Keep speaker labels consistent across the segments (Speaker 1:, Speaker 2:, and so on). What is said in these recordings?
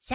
Speaker 1: シ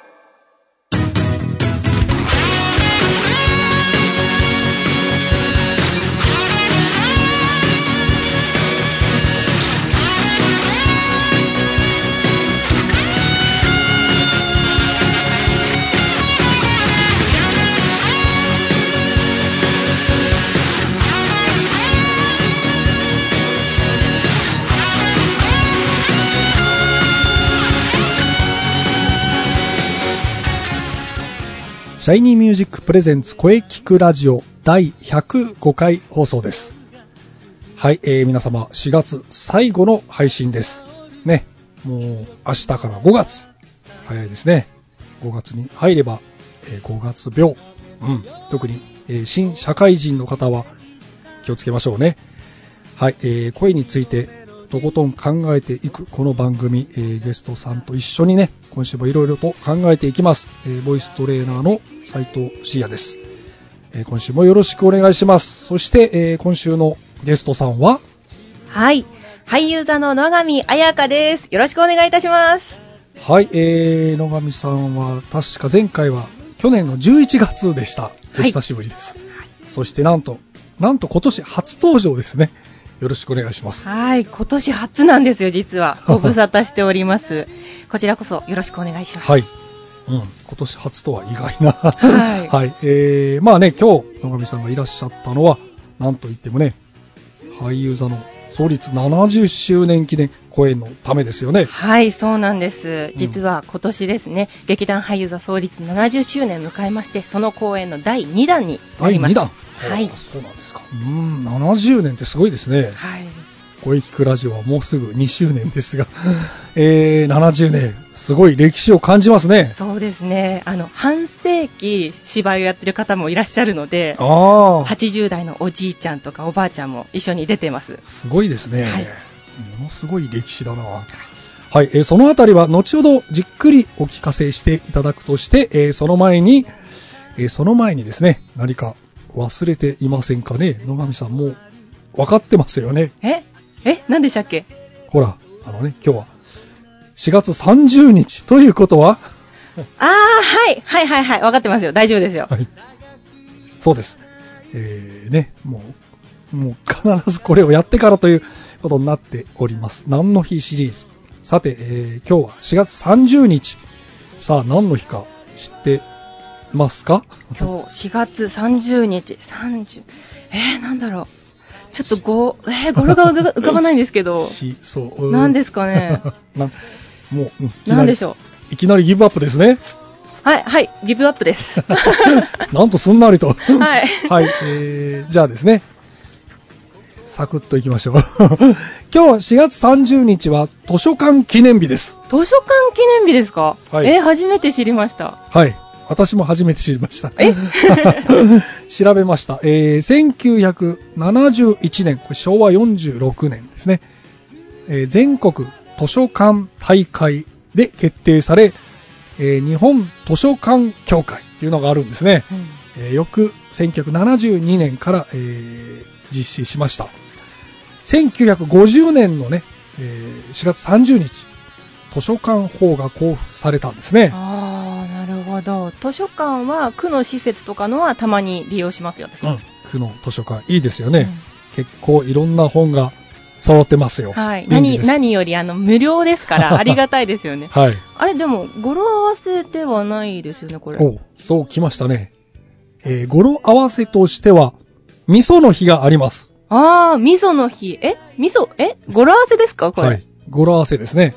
Speaker 2: シャイニーミュージックプレゼンツ声聞くラジオ第105回放送です。はい、えー皆様4月最後の配信です。ね、もう明日から5月。早いですね。5月に入れば、え5月病。うん、特に、えー新社会人の方は気をつけましょうね。はい、えー声についてとことん考えていくこの番組、えーゲストさんと一緒にね、今週もいろいろと考えていきます。えーボイストレーナーの斉藤慎也です、えー今週もよろしくお願いします。そして、えー今週のゲストさんは、
Speaker 3: はい。俳優座の野上彩香です。よろしくお願いいたします。
Speaker 2: はい、えー、野上さんは確か前回は去年の11月でした。お
Speaker 3: い
Speaker 2: 久しぶりです。そしてなんと、なんと今年初登場ですね。よろしくお願いします。
Speaker 3: はい。今年初なんですよ、実 は。ご無沙汰しております。こちらこそよろしくお願いします。
Speaker 2: はい。うん、今年初とは意外な。 は。
Speaker 3: はいい
Speaker 2: えー、まあね、今日、野上さんがいらっしゃったのは、なんといってもね、俳優座の創立70周年記念公演のためですよね。
Speaker 3: はい、そうなんです
Speaker 2: ん。
Speaker 3: 実は今年ですね、劇団俳優座創立70周年迎えまして、その公演の第2弾にな
Speaker 2: 第
Speaker 3: りま
Speaker 2: 2
Speaker 3: す。
Speaker 2: 弾。
Speaker 3: はい
Speaker 2: あそうなんですか。うん、70年ってすごいですね。
Speaker 3: はい。
Speaker 2: 声聞くラジオはもうすぐ2周年ですが、 えー、70年、すごい歴史を感じますね。
Speaker 3: そうですね。あの、半世紀芝居をやってる方もいらっしゃるので、
Speaker 2: ああ、
Speaker 3: 80代のおじいちゃんとかおばあちゃんも一緒に出てます。
Speaker 2: すごいですね。
Speaker 3: はい
Speaker 2: ものすごい歴史だな。はい、えーそのあたりは後ほどじっくりお聞かせしていただくとして、えーその前に、えーその前にですね、何か忘れていませんかね野上さんもう分かってますよね。
Speaker 3: ええ何でしたっけ
Speaker 2: ほら、あのね、今日は4月30日ということは、
Speaker 3: ああ、はい、はい、はい、はい、分かってますよ。大丈夫ですよ。
Speaker 2: はい。そうです。えー、ね、もう、もう必ずこれをやってからということになっております。何の日シリーズ。さて、えー今日は4月30日。さあ、何の日か知ってますか
Speaker 3: 今日、4月30日、30、えー、なんだろう。ちょっとご、えー、語呂が うが浮かばないんですけど、
Speaker 2: し、そう。うん
Speaker 3: 何ですかね
Speaker 2: なもう、うん
Speaker 3: 何でしょ
Speaker 2: いきなりギブアップですね。
Speaker 3: う。はい、はい、ギブアップ です。
Speaker 2: なんとすんなりと。
Speaker 3: はい
Speaker 2: はい、えー、じゃあですね。サクッといきましょう。 今日4月30日は図書館記念日です。
Speaker 3: 図書館記念日ですか、
Speaker 2: はい
Speaker 3: えー、初めて知りました。
Speaker 2: はい。私も初めて知りました。
Speaker 3: え
Speaker 2: 調べました。えー、1971年、これ昭和46年ですね。えー全国図書館大会で決定され、えー日本図書館協会っていうのがあるんですね。
Speaker 3: うん
Speaker 2: えー翌1972年から、えー実施しました。1950年のね、えー4月30日、図書館法が交付されたんですね。
Speaker 3: ああ、なるほど。図書館は、区の施設とかのはたまに利用しますよ、私。
Speaker 2: うん、区の図書館、いいですよね。結構いろんな本が揃ってますよ。
Speaker 3: はい。
Speaker 2: 便利
Speaker 3: 何、
Speaker 2: です
Speaker 3: 何より、あの、無料です から、ありがたいですよね。
Speaker 2: はい。
Speaker 3: あれ、でも、語呂合わせではないですよね、これ。
Speaker 2: おうそう来ましたね。えー語呂合わせとしては、味噌の日があります。
Speaker 3: あー、味噌の日。え味噌、え語呂合わせですかこれ。
Speaker 2: はい。語呂合わせですね。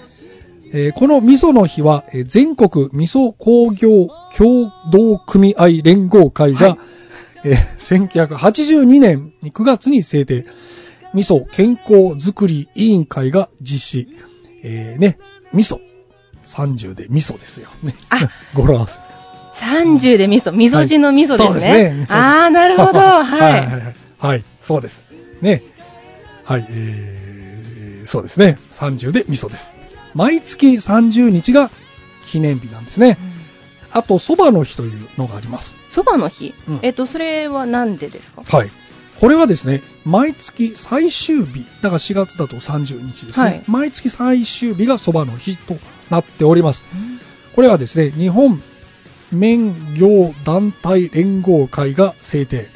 Speaker 2: えーこの味噌の日は、えー全国味噌工業協同組合連合会が、えー1982年に9月に制定、味噌健康づくり委員会が実施。えーね、味噌。30で味噌ですよね。
Speaker 3: あ
Speaker 2: 語呂合わせ。
Speaker 3: 30で味噌。味噌汁の味噌
Speaker 2: そ
Speaker 3: で
Speaker 2: うですす
Speaker 3: ね。
Speaker 2: ね味噌汁
Speaker 3: あー、なるほ ど。は。
Speaker 2: はいい。はい、そうです。ね。はい、えー、そうですね。30で味噌です。毎月30日が記念日なんですね。あと、蕎麦の日というのがあります。
Speaker 3: そばの日
Speaker 2: うん。
Speaker 3: えっと、それはなんでですか
Speaker 2: はい。これはですね、毎月最終日、だから4月だと30日ですね、
Speaker 3: はい
Speaker 2: 毎月最終日がそばの日となっております。これはですね、日本免業団体連合会が制定。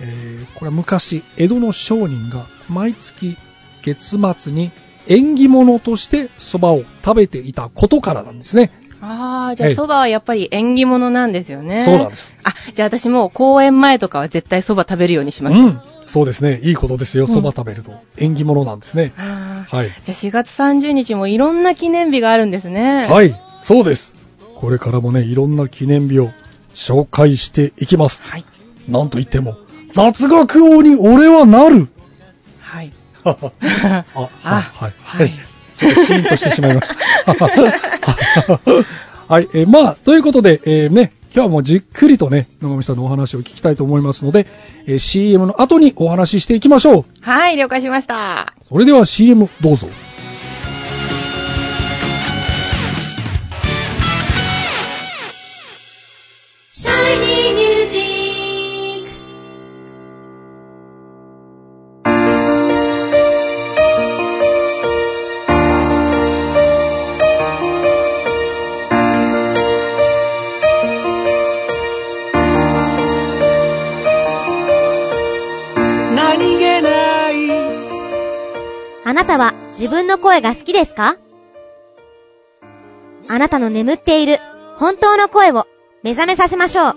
Speaker 2: えーこれは昔、江戸の商人が毎月月末に縁起物として蕎麦を食べていたことからなんですね。
Speaker 3: ああ、じゃあ
Speaker 2: ええ
Speaker 3: 蕎麦はやっぱり縁起物なんですよね。
Speaker 2: そうなんです。
Speaker 3: あ、じゃあ私もう公演前とかは絶対蕎麦食べるようにします。
Speaker 2: うん。そうですね。いいことですよ。
Speaker 3: うん
Speaker 2: 蕎麦食べると。縁起物なんですね。
Speaker 3: あー
Speaker 2: はい。
Speaker 3: じゃあ4月30日もいろんな記念日があるんですね。い。
Speaker 2: はい。そうです。これからもね、いろんな記念日を紹介していきます。
Speaker 3: はい。
Speaker 2: なんといっても、雑学王に俺は なる
Speaker 3: はい。
Speaker 2: あ、 はい、
Speaker 3: あ
Speaker 2: はい。
Speaker 3: はい
Speaker 2: ちょっとシーンとしてしまいま した。はい、えーまあ、ということで、えーね、今日はもうじっくりとね、野上さんのお話を聞きたいと思いますので、えー CM の後にお話ししていきましょう。
Speaker 3: はい、了解しました。
Speaker 2: それでは CM どうぞ。
Speaker 4: Shiny Music!
Speaker 5: 何気ない
Speaker 1: あなたは自分の声が好きですかあなたの眠っている本当の声を目覚めさせましょう。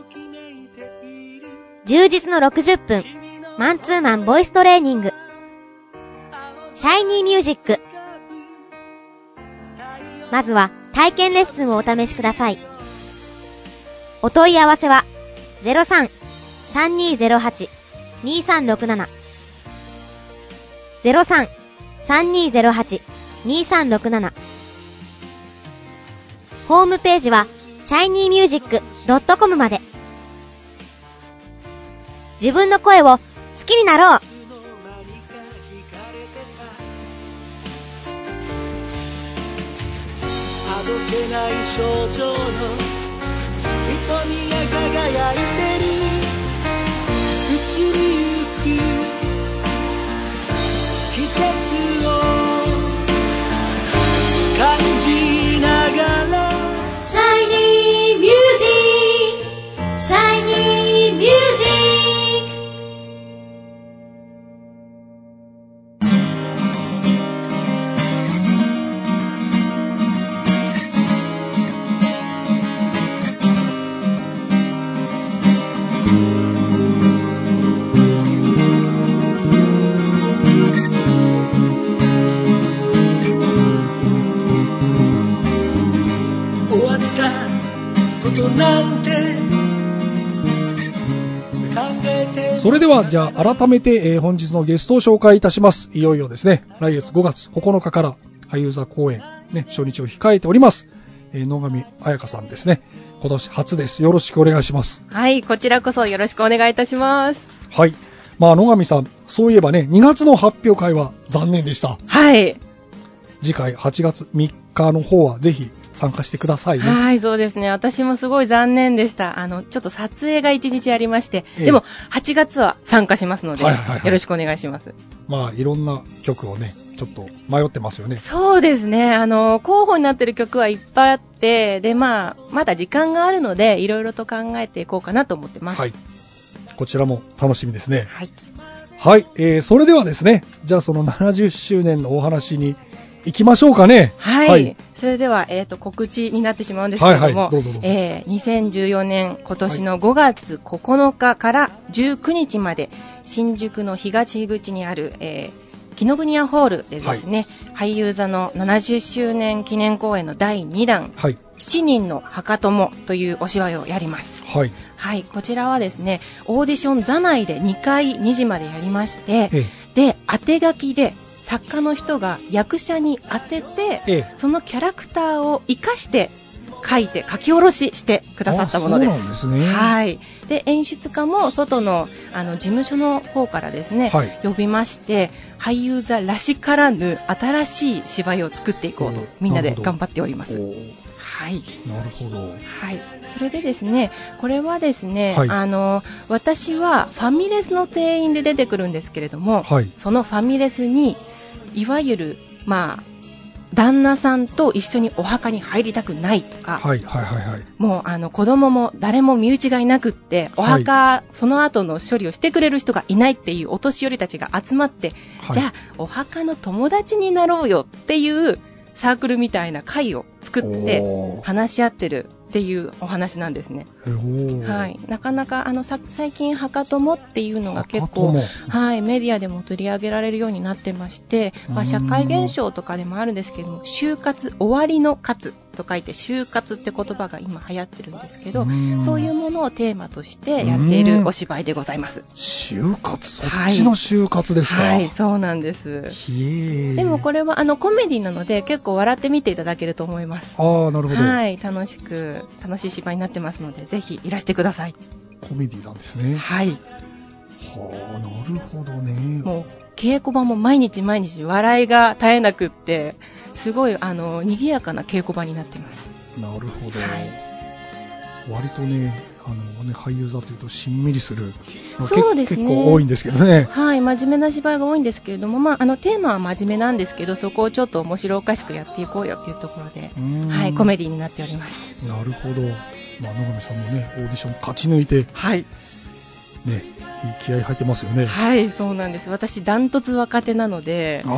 Speaker 1: 充実の60分、マンツーマンボイストレーニング。シャイニーミュージック。まずは体験レッスンをお試しください。お問い合わせは03-3208-2367 03-3208-2367ホームページは shinymusic.com まで自分の声を好きになろう
Speaker 5: あどけない症状の瞳が輝いてる移りゆく季節を感じながら
Speaker 4: Shiny Music! Shiny Music!
Speaker 5: 終わったことなんて考えて
Speaker 2: それでは、じゃあ改めて、えー本日のゲストを紹介いたします。いよいよですね、来月5月9日から俳優座公演、ね、初日を控えております。えー野上彩香さんですね。今年初です。よろしくお願いします。
Speaker 3: はい、こちらこそよろしくお願いいたします。
Speaker 2: はい。まあ、野上さん、そういえばね、2月の発表会は残念でした。
Speaker 3: はい。
Speaker 2: 次回8月3日の方はぜひ参加してくださいね。
Speaker 3: はい、そうですね。私もすごい残念でした。あの、ちょっと撮影が1日ありまして、
Speaker 2: ええ
Speaker 3: でも8月は参加しますので、
Speaker 2: はいはいはいはい
Speaker 3: よろしくお願いします。
Speaker 2: まあ、いろんな曲をね、ちょっと迷ってますよね。
Speaker 3: そうですね。あの、候補になってる曲はいっぱいあって、で、まあ、まだ時間があるので、いろいろと考えていこうかなと思ってます。
Speaker 2: はい。こちらも楽しみですね。
Speaker 3: はい。
Speaker 2: はい、えー、それではですね、じゃあその70周年のお話に行きましょうかね。
Speaker 3: はい。
Speaker 2: はい
Speaker 3: それでは、えっ、と、告知になってしまうんですけれども、
Speaker 2: はいはいどうぞどうぞ
Speaker 3: えー2014年、今年の5月9日から19日まで、新宿の東口にある、えー、木の国屋ホールでですね、俳優座の70周年記念公演の第2弾、
Speaker 2: はい、
Speaker 3: 7人の墓友というお芝居をやります。
Speaker 2: はい、
Speaker 3: はい、こちらはですね、オーディション座内で2回2時までやりまして、
Speaker 2: え
Speaker 3: で、当て書きで作家の人が役者に当てて、
Speaker 2: ええ
Speaker 3: そのキャラクターを生かして書いて書き下ろししてくださったものです。
Speaker 2: あそうなんですね
Speaker 3: はい。で演出家も外のあの事務所の方からですね、
Speaker 2: はい
Speaker 3: 呼びまして俳優座らしからぬ新しい芝居を作っていこうと
Speaker 2: うん
Speaker 3: みんなで
Speaker 2: なるほど
Speaker 3: 頑張っております。
Speaker 2: お
Speaker 3: はい。
Speaker 2: ーなるほど。
Speaker 3: はい、それでですねこれはですね、
Speaker 2: はい
Speaker 3: あの私はファミレスの店員で出てくるんですけれども、
Speaker 2: はい
Speaker 3: そのファミレスにいわゆる、まあ、旦那さんと一緒にお墓に入りたくないとか、
Speaker 2: はいはいはいはい。
Speaker 3: もうあの子供も誰も身内がいなくってお墓、その後の処理をしてくれる人がいないっていうお年寄りたちが集まって、
Speaker 2: はい
Speaker 3: じゃあお墓の友達になろうよっていうサークルみたいな会を作って。
Speaker 2: おー
Speaker 3: 話し合ってるっていうお話なんですね。
Speaker 2: へー
Speaker 3: はい、なかなかあのさ最近、墓友っていうのが結
Speaker 2: あ
Speaker 3: 構
Speaker 2: とも、
Speaker 3: はい、メディアでも取り上げられるようになってまして、ま
Speaker 2: う
Speaker 3: あ、
Speaker 2: ん
Speaker 3: 社会現象とかでもあるんですけども就活終わりの活と書いて就活って言葉が今流行ってるんですけど
Speaker 2: うん
Speaker 3: そういうものをテーマとしてやっているお芝居でございます。
Speaker 2: 就活、そっ
Speaker 3: はい
Speaker 2: ちの就活ですか。
Speaker 3: はい、そうなんです
Speaker 2: ひえ。
Speaker 3: でもこ
Speaker 2: れ。
Speaker 3: れはあのコメディなので結構笑って見ていただけると思います。
Speaker 2: ああ、なるほど。
Speaker 3: はい、楽しく、楽しい芝居になってますので、ぜひいらしてください。
Speaker 2: コメディなんですね。
Speaker 3: はい。
Speaker 2: はあ、なるほどね。
Speaker 3: もう、稽古場も毎日毎日笑いが絶えなくって、すごい、あの、賑やかな稽古場になってます。
Speaker 2: なるほど。
Speaker 3: はい
Speaker 2: 割とね、あのね、俳優座というとしんみりするのが
Speaker 3: そう
Speaker 2: け
Speaker 3: ですね
Speaker 2: 結構多いんですけどね。
Speaker 3: はい、真面目な芝居が多いんですけれども、まあ、あの、テーマは真面目なんですけど、そこをちょっと面白おかしくやっていこうよっていうところで、はい、コメ
Speaker 2: デ
Speaker 3: ディになっております。
Speaker 2: ィ。なるほど。まあ、野上さんもね、オーディション勝ち抜いて、
Speaker 3: はい。
Speaker 2: ね、いい気合い入ってますよね。
Speaker 3: はい、そうなんです。私、ダントツ若手なので、
Speaker 2: あ
Speaker 3: あ
Speaker 2: あ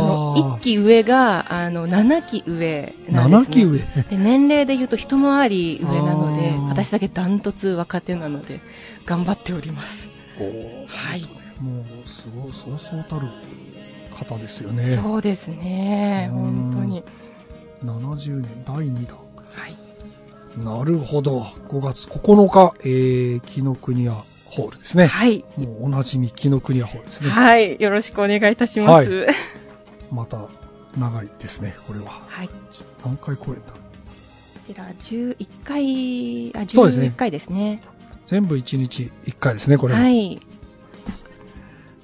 Speaker 3: の、1期上が、あの、7期上なんです、ね。
Speaker 2: 7期上。
Speaker 3: で年齢で言うと一回り上なので
Speaker 2: あー
Speaker 3: 私だけダントツ若手なので頑張っております、はい
Speaker 2: もう、すごい、そうそうたる方ですよね。
Speaker 3: そうですね
Speaker 2: うー
Speaker 3: 本
Speaker 2: ん
Speaker 3: 当に、
Speaker 2: 70年第2弾。
Speaker 3: はい、
Speaker 2: なるほど。5月9日、えー、紀ノ国屋ホールですね。
Speaker 3: はい、
Speaker 2: もうおなじみ紀ノ国屋ホールですね。
Speaker 3: はい、よろしくお願いいたします
Speaker 2: は
Speaker 3: はい
Speaker 2: い、また、長いですね、これは。
Speaker 3: こ
Speaker 2: 何回公演だ
Speaker 3: ちら11回あ
Speaker 2: そうですね
Speaker 3: 11回ですね
Speaker 2: 全部1日1回ですね、これは。
Speaker 3: はい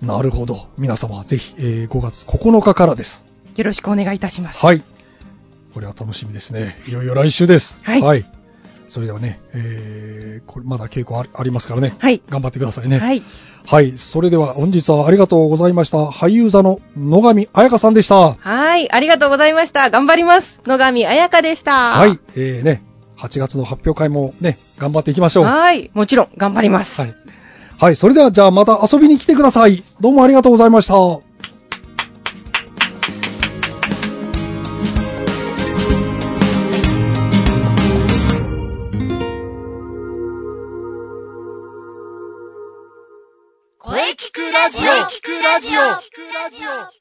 Speaker 2: なるほど。皆様、ぜひ、えー、5月9日からです。
Speaker 3: よろしくお願いいたします
Speaker 2: はい。これは楽しみですね。いよいよ来週です。
Speaker 3: はい
Speaker 2: それではね、えー、これまだ稽古ありありますからね。
Speaker 3: はい
Speaker 2: 頑張ってくださいね。
Speaker 3: はい、
Speaker 2: はい。それでは本日はありがとうございました。俳優座の野上彩香さんでした。
Speaker 3: はい、ありがとうございました頑張ります野上彩香でした
Speaker 2: はい。えー、ね、8月の発表会もね、頑張っていきましょう。は
Speaker 3: はいもちろん頑張ります、
Speaker 2: い。はい。それではじゃあまた遊びに来てください。どうもありがとうございました。
Speaker 4: 声聞くラジオ聞くラジオ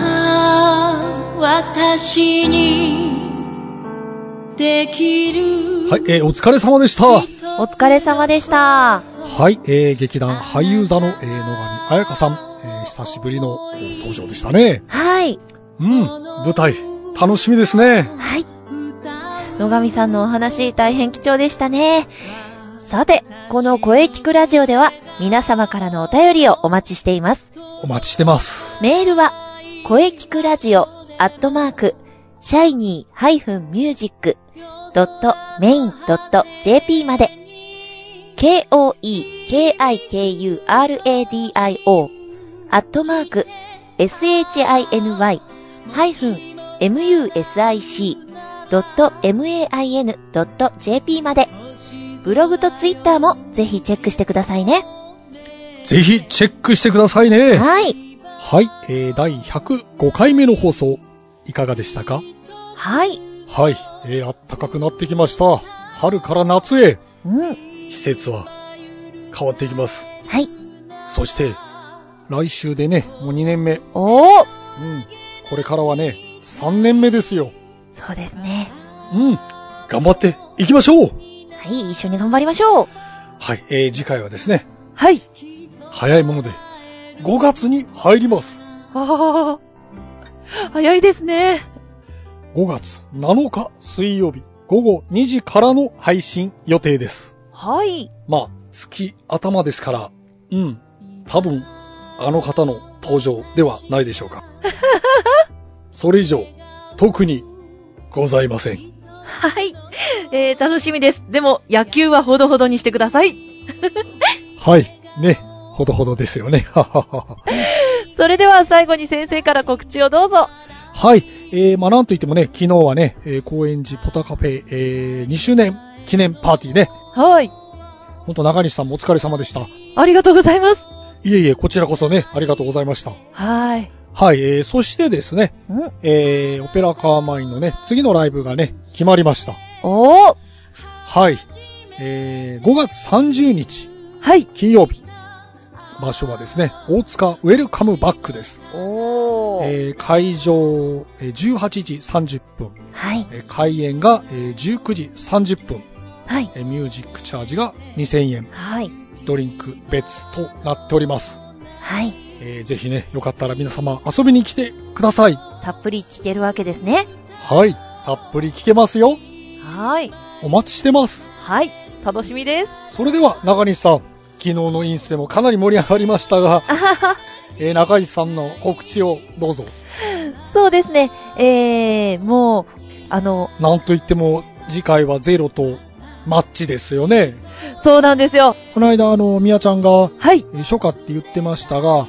Speaker 4: 今私にできる
Speaker 2: はい。えー、お疲れ様でした。
Speaker 1: お疲れ様でした。
Speaker 2: はい、えー、劇団俳優座の、えー、野上彩香さん、えー、久しぶりの、えー登場でしたね。
Speaker 1: はい。
Speaker 2: うん、舞台、楽しみですね。
Speaker 1: はい。野上さんのお話大変貴重でしたね。さて、この声聞くラジオでは皆様からのお便りをお待ちしています。
Speaker 2: お待ちしてます。
Speaker 1: メールは、声聞くラジオアットマーク、シャイニー -music.main.jp まで、k-o-e-k-i-k-u-r-a-d-i-o アットマーク、shiny-music.main.jp まで、ブログとツイッターもぜひチェックしてくださいね。
Speaker 2: ぜひ、チェックしてくださいね。
Speaker 1: はい。
Speaker 2: はい、えー、第105回目の放送、いかがでしたか
Speaker 1: はい。
Speaker 2: はい、えー、あったかくなってきました。春から夏へ、
Speaker 1: うん。
Speaker 2: 季節は変わっていきます。
Speaker 1: はい。
Speaker 2: そして、来週でね、もう2年目。
Speaker 1: おお
Speaker 2: うん。これからはね、3年目ですよ。
Speaker 1: そうですね。
Speaker 2: うん。頑張っていきましょう
Speaker 1: はい、一緒に頑張りましょう
Speaker 2: はい、えー、次回はですね、
Speaker 1: はい
Speaker 2: 早いもので、5月に入ります。
Speaker 6: ああ、早いですね。
Speaker 2: 5月7日水曜日午後2時からの配信予定です。
Speaker 6: はい。
Speaker 2: まあ、月頭ですから、うん、多分、あの方の登場ではないでしょ うか。それ以上、特にございません。
Speaker 6: はい。えー、楽しみです。でも、野球はほどほどにしてください。
Speaker 2: はい、ね、ほどほどですよね。 はははは。
Speaker 6: それでは最後に先生から告知をどうぞ。
Speaker 2: はい。えー、まあ、なんといってもね、昨日はね、えー、高円寺ポタカフェ、えー、2周年記念パーティーね。
Speaker 6: はい。
Speaker 2: ほんと中西さんもお疲れ様でした。
Speaker 6: ありがとうございます。
Speaker 2: いえいえ、こちらこそね、ありがとうございました。
Speaker 6: はい。
Speaker 2: はい。えー、そしてですね、
Speaker 6: うん
Speaker 2: えー、オペラカーマインのね、次のライブがね、決まりました。
Speaker 6: おー
Speaker 2: はい。えー、5月30日、
Speaker 6: はい。
Speaker 2: 金曜日。場所はですね、大塚ウェルカムバックです。
Speaker 3: 哦
Speaker 6: おー。
Speaker 2: えー、会場、えー18時30分。
Speaker 1: はい、
Speaker 2: えー開演がえー19時30分、
Speaker 1: はい、
Speaker 2: えーミュージックチャージが2000円、
Speaker 1: はい、
Speaker 2: ドリンク別となっております。
Speaker 1: はい。
Speaker 2: えーぜひね、よかったら皆様遊びに来てください。
Speaker 6: たっぷり聞けるわけですね。
Speaker 2: はい、たっぷり聞けますよ。
Speaker 6: はい。
Speaker 2: お待ちしてます。
Speaker 6: はい。楽しみです。
Speaker 2: それでは、中西さん、昨日のインスペもかなり盛り上がりましたが、
Speaker 6: あはは。
Speaker 2: えー中西さんの告知をどうぞ。
Speaker 6: そうですね。えー、もう、あの、
Speaker 2: なんといっても、次回はゼロとマッチですよね。
Speaker 6: そうなんですよ。
Speaker 2: この間、あの、みやちゃんが、
Speaker 6: はい。
Speaker 2: えー初夏って言ってましたが、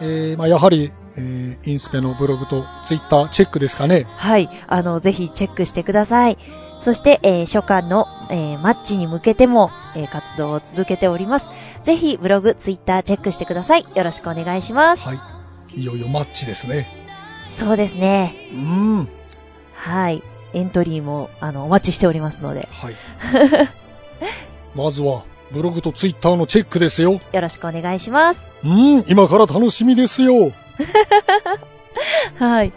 Speaker 2: えーまあ、やはり、えーインスペのブログとツイッターチェックですかね。
Speaker 6: はい。あの、ぜひチェックしてください。そして、えー初夏の、えーマッチに向けても、えー活動を続けております。ぜひ、ブログ、ツイッターチェックしてください。よろしくお願いします。
Speaker 2: はい。いよいよマッチですね。
Speaker 6: そうです
Speaker 2: う
Speaker 6: ね。
Speaker 2: ん。は
Speaker 6: はい。エントリーも、あの、お待ちしておりますの
Speaker 2: い。
Speaker 6: で、
Speaker 2: まずは、ブログとツイッターのチェックですよ。
Speaker 6: よろしくお願いします。
Speaker 2: うん、今から楽しみですよ。
Speaker 6: はい。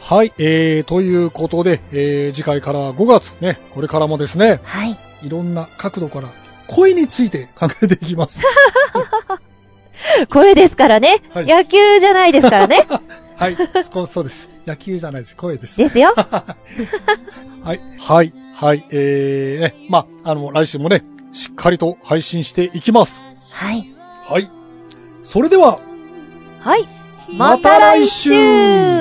Speaker 2: はい、えー、ということで、えー、次回から5月ね、これからもですね、
Speaker 1: はい、
Speaker 2: いろんな角度から恋について考えてい きます。
Speaker 6: 声ですからね。
Speaker 2: はい
Speaker 6: 野球じゃないですから ね。
Speaker 2: はい、そうそうです。野球じゃないです、声です。
Speaker 6: ですよ。
Speaker 2: はい、はい、はい、えー、ね、まあ、あの、来週もね、しっかりと配信していきます。
Speaker 1: はい。
Speaker 2: はい。それでは、
Speaker 6: はい。
Speaker 2: また来週